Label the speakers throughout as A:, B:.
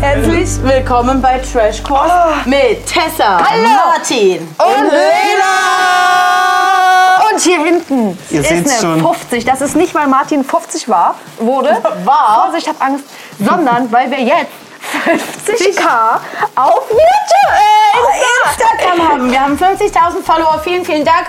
A: Babys, willkommen bei Trash Course
B: Ah.
A: mit Tessa, Martin
C: Oh,
B: Und Lena!
C: Und hier hinten
B: Ihr
C: ist
B: seht's
C: eine
B: schon.
C: 50. Das ist nicht, weil Martin 50 war, wurde.
A: War.
C: Vorsicht, hab Angst. Sondern, weil wir jetzt 50k auf YouTube, äh, Insta.
A: Instagram haben. Wir haben 50.000 Follower, vielen, vielen Dank.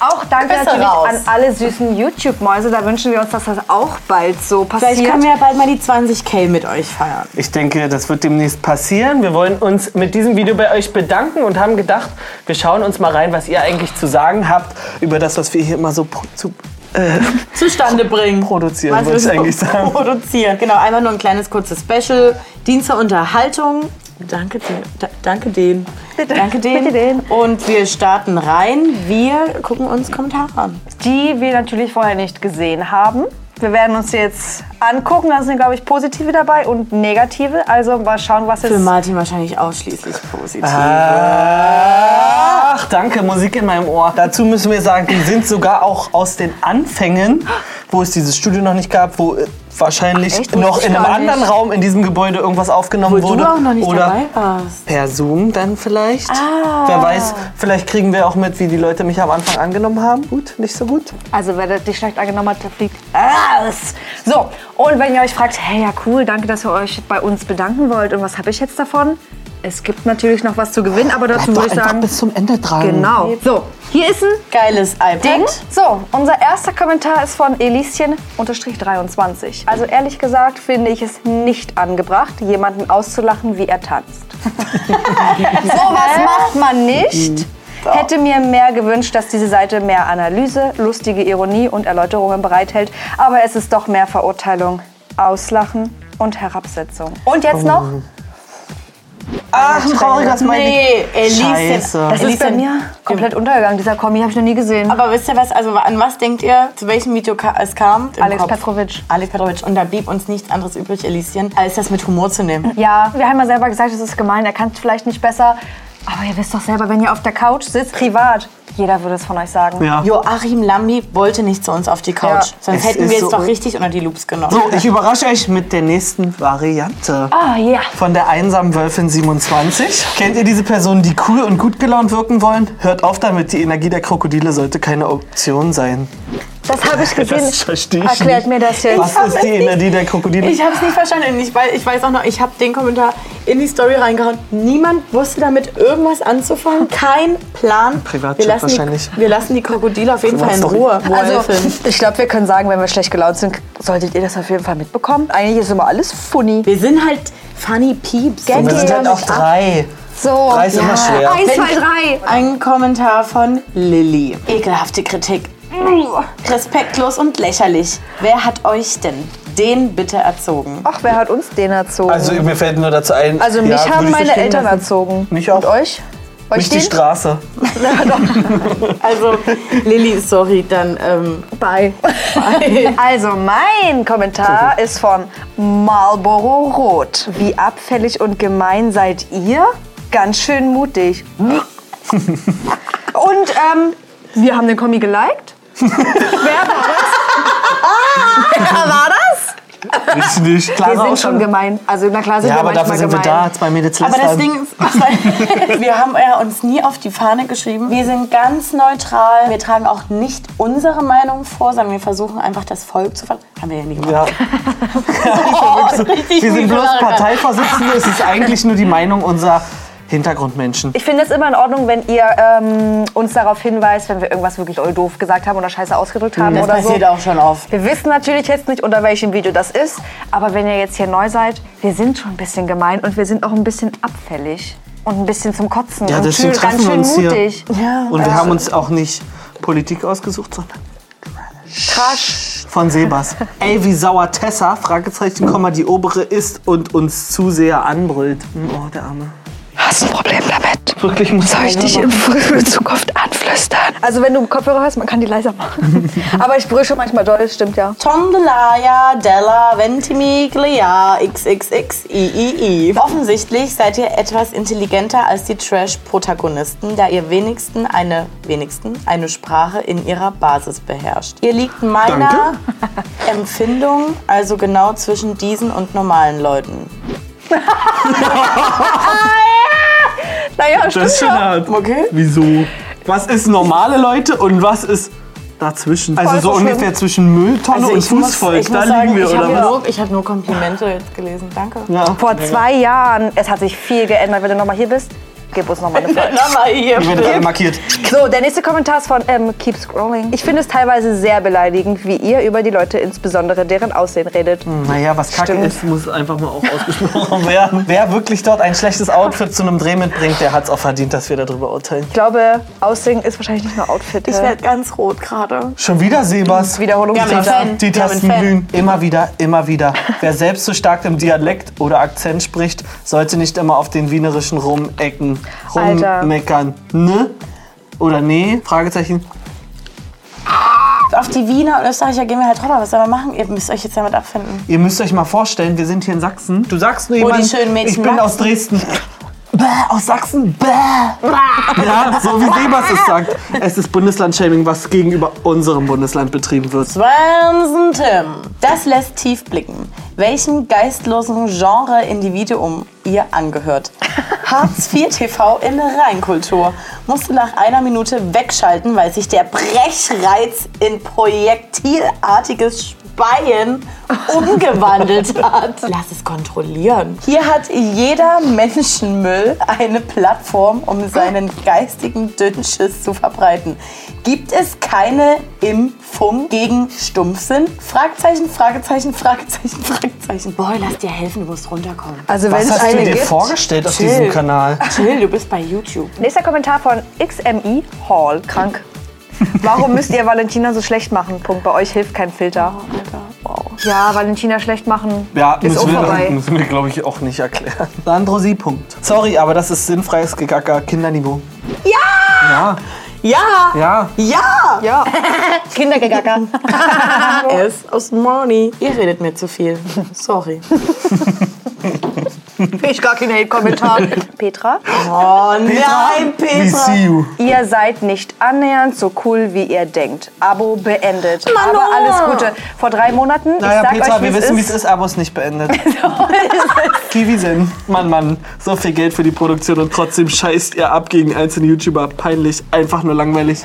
C: Auch danke
A: Grüße
C: natürlich
A: raus.
C: an alle süßen YouTube-Mäuse. Da wünschen wir uns, dass das auch bald so passiert.
A: Vielleicht können wir ja bald mal die 20k mit euch feiern.
B: Ich denke, das wird demnächst passieren. Wir wollen uns mit diesem Video bei euch bedanken und haben gedacht, wir schauen uns mal rein, was ihr eigentlich zu sagen habt über das, was wir hier immer so pro zu, äh,
A: Zustande bringen.
B: Produzieren,
A: Was
B: wollte ich
A: wir so
B: eigentlich sagen.
A: Produzieren, genau. Einmal nur ein kleines, kurzes Special. Dienst zur Unterhaltung. Danke, den- da, danke den. danke den.
C: bitte den.
A: Und wir starten rein. Wir gucken uns Kommentare an.
C: die wir natürlich vorher nicht gesehen haben. Wir werden uns jetzt angucken. Da sind, glaube ich, positive dabei und negative. Also mal schauen, was
A: Für
C: jetzt
A: Martin wahrscheinlich ausschließlich positiv.
B: Äh, Ach, danke, Musik in meinem Ohr. Dazu müssen wir sagen, die sind sogar auch aus den Anfängen, wo es dieses Studio noch nicht gab, wo äh, wahrscheinlich
C: Ach, echt?
B: noch
C: Wusste
B: in
C: ich
B: einem
C: gar nicht.
B: anderen Raum in diesem Gebäude irgendwas aufgenommen
A: Wo
B: wurde.
A: du auch noch nicht
B: oder
A: dabei warst.
B: per Zoom dann vielleicht.
C: Ah.
B: Wer weiß, vielleicht kriegen wir auch mit, wie die Leute mich am Anfang angenommen haben. Gut, nicht so gut.
C: Also wer das dich schlecht angenommen hat, der fliegt raus. So, und wenn ihr euch fragt, hey, ja cool, danke, dass ihr euch bei uns bedanken wollt und was habe ich jetzt davon? Es gibt natürlich noch was zu gewinnen, aber dazu würde ich sagen,
B: bis zum Ende tragen.
C: genau. So, hier ist ein
A: Geiles iPad.
C: Ding. So, unser erster Kommentar ist von Elischen-23. Also ehrlich gesagt finde ich es nicht angebracht, jemanden auszulachen, wie er tanzt. Sowas macht man nicht. Hätte mir mehr gewünscht, dass diese Seite mehr Analyse, lustige Ironie und Erläuterungen bereithält. Aber es ist doch mehr Verurteilung, Auslachen und Herabsetzung. Und jetzt noch?
B: Ach, ein trauriges Smiley.
A: Nee, Elise.
B: Scheiße.
C: Das ist bei mir komplett untergegangen. Dieser Kommi habe ich noch nie gesehen.
A: Aber wisst ihr was, also an was denkt ihr, zu welchem Video ka es kam? Im
C: Alex
A: Kopf.
C: Petrovic.
A: Alex Petrovic. Und da blieb uns nichts anderes übrig, Elischen, als das mit Humor zu nehmen.
C: Ja, wir haben ja selber gesagt, es ist gemein, er kann es vielleicht nicht besser. Aber ihr wisst doch selber, wenn ihr auf der Couch sitzt, privat, jeder würde es von euch sagen.
B: Ja.
A: Joachim Lambi wollte nicht zu uns auf die Couch.
C: Ja.
A: Sonst
B: Es
A: hätten
B: ist
A: wir es
B: so
A: doch
B: un-
A: richtig unter die Loops genommen.
B: So, ich überrasche euch mit der nächsten Variante.
C: Ah, ja.
B: Von der einsamen Wölfin 27. Kennt ihr diese Personen, die cool und gut gelaunt wirken wollen? Hört auf damit, die Energie der Krokodile sollte keine Option sein.
C: Das habe ich gesehen.
B: Das verstehe ich
C: Erklärt
B: nicht.
C: mir das jetzt.
B: Was ist die Energie der Krokodile?
A: Ich habe es nicht verstanden. Ich weiß, ich weiß auch noch, ich habe den Kommentar in die Story reingehauen. Niemand wusste damit irgendwas anzufangen. Kein Plan.
B: Privatchat
A: wir lassen
B: wahrscheinlich.
A: Die, wir lassen die Krokodile auf jeden Fall in
B: Privatstory.
A: Ruhe.
C: Also,
A: Wolfin.
C: ich glaube, wir können sagen, wenn wir schlecht gelaunt sind, solltet ihr das auf jeden Fall mitbekommen. Eigentlich ist immer alles funny.
A: wir sind halt funny peeps.
C: Gag-
B: Wir sind halt
C: Ja,
B: auch drei.
C: So.
B: Drei ist immer schwer.
C: Eins, zwei, drei.
A: Ein Kommentar von Lilly. Ekelhafte Kritik. Respektlos und lächerlich. Wer hat euch denn den bitte erzogen?
C: Ach, wer hat uns den erzogen?
B: Also mir fällt nur dazu ein.
C: Also, mich
B: ja, würde
C: haben
B: ich so
C: meine
B: stehen
C: Eltern
B: lassen.
C: erzogen.
B: Mich auch.
C: Und euch? Euch
B: Mich
C: den?
B: die Straße.
C: Na, doch.
A: Also, Lilly, sorry, dann ähm,
C: Bye.
A: Bye.
C: Also mein Kommentar ist von Marlboro Rot. Wie abfällig und gemein seid ihr? Ganz schön mutig. und ähm, wir haben den Kommi geliked. Wer war das? Wer war das?
B: Ich nicht. Klar,
C: Ah, Wir sind schon gemein. Also na klar sind
B: Ja,
C: wir
B: aber dafür
C: manchmal
B: sind wir
C: gemein.
B: da. Zwei Mädels
A: Aber das
B: lästern.
A: Ding ist, weil wir haben ja uns nie auf die Fahne geschrieben. Wir sind ganz neutral. Wir tragen auch nicht unsere Meinung vor, sondern wir versuchen einfach das Volk zu ver... Haben wir ja nie gemacht.
B: Ja.
A: Oh, richtig
B: Wir sind
A: miese
B: bloß
A: Lache.
B: Parteivorsitzende. Es ist eigentlich nur die Meinung unserer Hintergrundmenschen.
C: Ich finde es immer in Ordnung, wenn ihr ähm, uns darauf hinweist, wenn wir irgendwas wirklich doll doof gesagt haben oder scheiße ausgedrückt haben
A: Das
C: oder so.
A: passiert auch schon oft.
C: Wir wissen natürlich jetzt nicht, unter welchem Video das ist, aber wenn ihr jetzt hier neu seid, wir sind schon ein bisschen gemein und wir sind auch ein bisschen abfällig und ein bisschen zum Kotzen
B: Ja,
C: und
B: deswegen
C: schön- ganz
B: treffen wir
C: schön
B: uns
C: mutig.
B: hier. Und wir haben uns auch nicht Politik ausgesucht, sondern
C: Trash.
B: von Sebas. Ey, wie sauer Tessa, Fragezeichen, Komma, die obere ist und uns zu sehr anbrüllt. Hm, Oh, der Arme.
D: Hast ein Problem damit?
B: Wirklich muss
D: Soll ich dich in Zukunft anflüstern?
C: Also wenn du Kopfhörer hast, man kann die leiser machen. aber ich brülle schon manchmal doll, stimmt ja.
A: Tondelaya della Ventimiglia XXXIII. Offensichtlich seid ihr etwas intelligenter als die Trash-Protagonisten, da ihr wenigsten eine, wenigsten eine Sprache in ihrer Basis beherrscht. Ihr liegt meiner Empfindung also genau zwischen diesen und normalen Leuten.
C: Naja,
B: Das
C: stimmt
B: ist schon
C: schon.
B: hart.
A: Okay.
B: Wieso? Was ist normale Leute und was ist dazwischen? Also
C: Voll
B: so
C: so schlimm.
B: ungefähr zwischen Mülltonne und
A: Also ich muss-
B: Fußvolk.
A: ich
B: Da
A: muss
B: liegen
A: sagen,
B: wir,
A: ich
B: oder
A: habe
B: was?
A: nur, ich hab nur Komplimente jetzt gelesen. Danke.
B: Ja.
C: Vor zwei Jahren, es hat sich viel geändert. Wenn du nochmal hier bist, gib uns nochmal eine Frage.
A: Nochmal hier.
B: Wir werden alle markiert.
C: So, der nächste Kommentar ist von ähm, Keep Scrolling. Ich finde es teilweise sehr beleidigend, wie ihr über die Leute, insbesondere deren Aussehen, redet.
B: Naja, was kacke
C: Stimmt.
B: ist, muss einfach mal auch ausgesprochen werden. Wer wirklich dort ein schlechtes Outfit zu einem Dreh mitbringt, der hat es auch verdient, dass wir darüber urteilen.
C: Ich glaube, Aussehen ist wahrscheinlich nicht nur Outfit. äh,
A: Ich werde ganz rot gerade.
B: Schon wieder Sebas.
A: Wir haben einen
C: Wiederholungstäter.
A: Fan.
B: Die
A: Wir haben einen
B: Tasten
A: Fan.
B: blühen. Immer wieder, immer wieder. Wer selbst so stark im Dialekt oder Akzent spricht, sollte nicht immer auf den wienerischen Rumecken
C: Alter.
B: rummeckern. Ne? Oder nee? Fragezeichen.
A: Auf die Wiener und Österreicher gehen wir halt drüber. Was soll man machen? Ihr müsst euch jetzt damit abfinden.
B: Ihr müsst euch mal vorstellen, wir sind hier in Sachsen. Du sagst nur
A: die
B: jemand,
A: schönen Mädchen
B: ich bin
A: wachsen.
B: aus Dresden. Bäh, aus Sachsen, bäh. Ja, so wie Sebas es sagt. Es ist Bundesland-Shaming, was gegenüber unserem Bundesland betrieben wird.
A: Swanson Tim. Das lässt tief blicken. Welchem geistlosen Genre Individuum ihr angehört. Hartz IV TV in Reinkultur. Musste nach einer Minute wegschalten, weil sich der Brechreiz in projektilartiges Speien umgewandelt hat. Lass es kontrollieren. Hier hat jeder Menschenmüll eine Plattform, um seinen geistigen Dünnschiss zu verbreiten. Gibt es keine Impfung gegen Stumpfsinn? Fragezeichen, Fragezeichen, Fragezeichen, Fragezeichen. Boah, lass dir helfen, du musst runterkommen.
C: Also wenn
B: Was
C: es
B: hast du
C: eine
B: dir
C: gibt.
B: vorgestellt auf
A: Chill.
B: diesem Kanal?
A: Chill, du bist bei YouTube.
C: Nächster Kommentar von XMI Hall. Krank. Warum müsst ihr Valentina so schlecht machen? Punkt. Bei euch hilft kein Filter. Ja, Valentina schlecht machen
B: Ja,
C: ist auch
B: müssen wir,
C: vorbei.
B: müssen wir glaube ich, auch nicht erklären. Sandro Sie, Punkt. Sorry, aber das ist sinnfreies Gegacker, Kinderniveau. Ja!
A: Ja!
B: Ja, ja.
A: Ja!
C: Ja, Kindergegacker.
A: Er ist aus dem Morning. Ihr redet mir zu viel. Sorry.
C: Ich gar keinen Hate-Kommentar. Petra,
A: Oh nein,
B: We
A: Petra!
B: see you.
C: ihr seid nicht annähernd so cool, wie ihr denkt. Abo beendet.
A: Mano.
C: Aber alles Gute. Vor drei Monaten,
B: Naja,
C: ich sag
B: Petra,
C: euch,
B: wir
C: wie's
B: wissen, wie es
C: ist.
B: ist, aber es ist nicht beendet. Kiwi Sinn. Mann, Mann, so viel Geld für die Produktion und trotzdem scheißt ihr ab gegen einzelne YouTuber. Peinlich, einfach nur langweilig.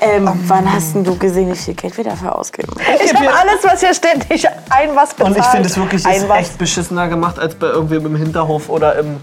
A: Ähm, wann hast denn du gesehen, wie viel Geld wir dafür ausgeben?
C: Ich habe alles, was hier steht, nicht ein was bezahlt.
B: Und ich finde es wirklich
C: ein
B: ist
C: was.
B: echt beschissener gemacht als bei irgendwem im Hinterhof oder im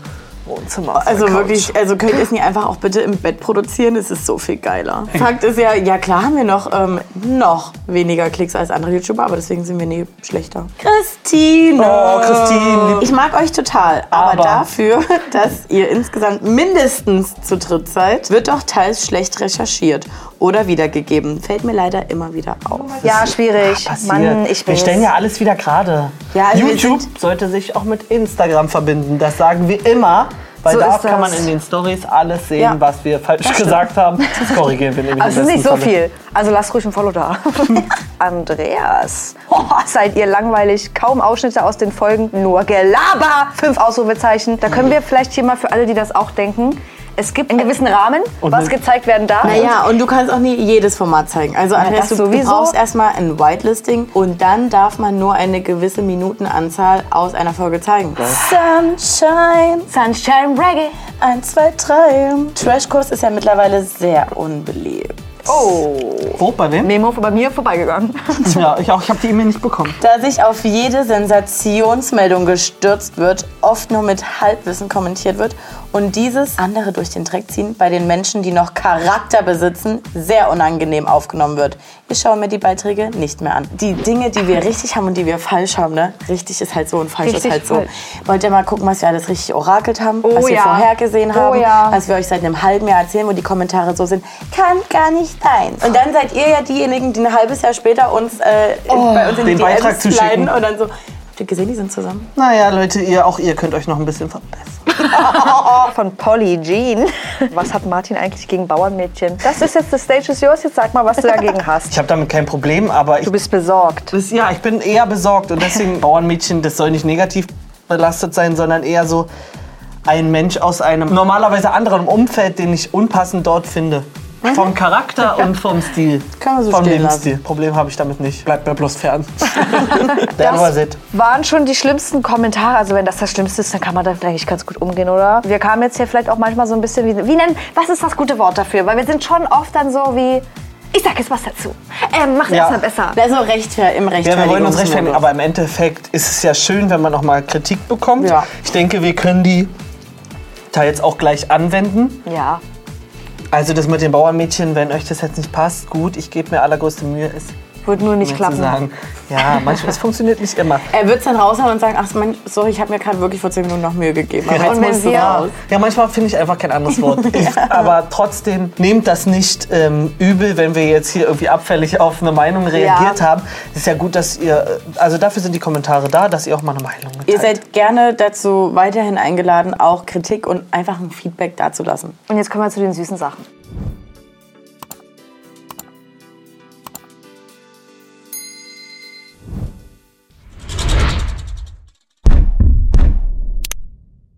B: Wohnzimmer. auf der
A: Also
B: Couch.
A: wirklich, also könnt ihr es nicht einfach auch bitte im Bett produzieren? Es ist so viel geiler. Fakt ist ja, ja klar haben wir noch, ähm, noch weniger Klicks als andere YouTuber, aber deswegen sind wir nie schlechter. Christine!
B: Oh, Christine, lieb-
A: Ich mag euch total, aber,
B: Aber.
A: dafür, dass ihr insgesamt mindestens zu dritt seid, wird doch teils schlecht recherchiert oder wiedergegeben. Fällt mir leider immer wieder auf.
C: Ja, schwierig. Mann, ich
B: wir
C: bin
B: stellen ja alles wieder gerade.
A: Ja, also wir
B: YouTube sollte sich auch mit Instagram verbinden. Das sagen wir immer. Weil
C: So
B: da
C: ist das.
B: kann man in den Stories alles sehen,
A: Ja.
B: was wir falsch gesagt haben. Das korrigieren wir nämlich
C: Also
B: im
C: es ist nicht
B: besten
C: so
B: Falle.
C: viel. Also lasst ruhig ein Follow da. Andreas, oh, seid ihr langweilig? Kaum Ausschnitte aus den Folgen, nur Gelaber. Fünf Ausrufezeichen. Da können wir vielleicht hier mal für alle, die das auch denken. Es gibt einen gewissen Rahmen, was gezeigt werden darf.
A: Naja, und du kannst auch nie jedes Format zeigen. Also Andreas,
C: das
A: du
C: sowieso.
A: brauchst erstmal ein Whitelisting und dann darf man nur eine gewisse Minutenanzahl aus einer Folge zeigen. Sunshine,
C: Sunshine Reggae.
A: 1, 2, 3. Trashkurs ist ja mittlerweile sehr unbeliebt.
B: Wo, bei wem?
C: Memo bei mir vorbeigegangen.
B: Ja, ich auch. Ich habe die E-Mail nicht bekommen.
A: Da sich auf jede Sensationsmeldung gestürzt wird, oft nur mit Halbwissen kommentiert wird und dieses andere durch den Dreck ziehen, bei den Menschen, die noch Charakter besitzen, sehr unangenehm aufgenommen wird. Ich schaue mir die Beiträge nicht mehr an. Die Dinge, die wir richtig haben und die wir falsch haben, ne? Richtig ist halt so und falsch
C: Richtig
A: ist halt so.
C: falsch.
A: Wollt ihr mal gucken, was wir alles richtig orakelt haben, was wir
C: ja.
A: vorhergesehen
C: Oh
A: haben, Also
C: ja.
A: was wir euch seit einem halben Jahr erzählen, wo die Kommentare so sind, kann gar nicht sein. Und dann seid ihr ja diejenigen, die ein halbes Jahr später uns äh, bei uns in
B: den
A: die
B: Beitrag
A: DMs
B: zu schicken.
A: leiden und dann so. Habt ihr gesehen, die sind zusammen?
B: Naja, Leute, ihr auch ihr könnt euch noch ein bisschen verbessern.
C: Von Polly Jean. Was hat Martin eigentlich gegen Bauernmädchen? Das ist jetzt, the stage is yours. Jetzt sag mal, was du dagegen hast.
B: Ich habe damit kein Problem, aber ich,
C: Du bist besorgt.
B: das, ja, ich bin eher besorgt. Und deswegen, Bauernmädchen, das soll nicht negativ belastet sein, sondern eher so ein Mensch aus einem normalerweise anderen Umfeld, den ich unpassend dort finde. Vom Charakter und vom Stil.
A: Mhm. Kann man so
B: vom
A: stehen
B: Lebensstil. Problem habe ich damit nicht. Bleibt mir bloß fern. That
C: Das-
B: was it.
C: Waren schon die schlimmsten Kommentare. Also wenn das das Schlimmste ist, dann kann man damit eigentlich ganz gut umgehen, oder? Wir kamen jetzt hier vielleicht auch manchmal so ein bisschen wie, wie nennen, was ist das gute Wort dafür? Weil wir sind schon oft dann so wie, ich sag jetzt was dazu. Ähm, mach's
B: Ja.
C: erst mal besser.
A: Also recht, im
B: Ja, wir wollen uns rechtfertigen,
A: Rechtfertigungsmodus.
B: aber im Endeffekt ist es ja schön, wenn man auch mal Kritik bekommt.
A: Ja.
B: Ich denke, wir können die da jetzt auch gleich anwenden.
C: Ja.
B: Also das mit den Bauernmädchen, wenn euch das jetzt nicht passt, gut, ich gebe mir allergrößte Mühe, es
C: Wird nur nicht
B: mir
C: klappen.
B: zu sagen. Ja, manchmal, es funktioniert nicht immer.
A: Er wird es dann raushauen und sagen, ach Mann, sorry, ich habe mir gerade wirklich vor 10 Minuten noch Mühe gegeben. Aber
B: Ja,
A: jetzt
C: und wenn
A: musst du
C: wir-
A: raus.
B: Ja, manchmal finde ich einfach kein anderes Wort. Ich, aber trotzdem, nehmt das nicht ähm, übel, wenn wir jetzt hier irgendwie abfällig auf eine Meinung reagiert haben. Es ist ja gut, dass ihr, äh, also dafür sind die Kommentare da, dass ihr auch mal eine Meinung habt.
A: Ihr seid gerne dazu weiterhin eingeladen, auch Kritik und einfach ein Feedback dazulassen.
C: Und jetzt kommen wir zu den süßen Sachen.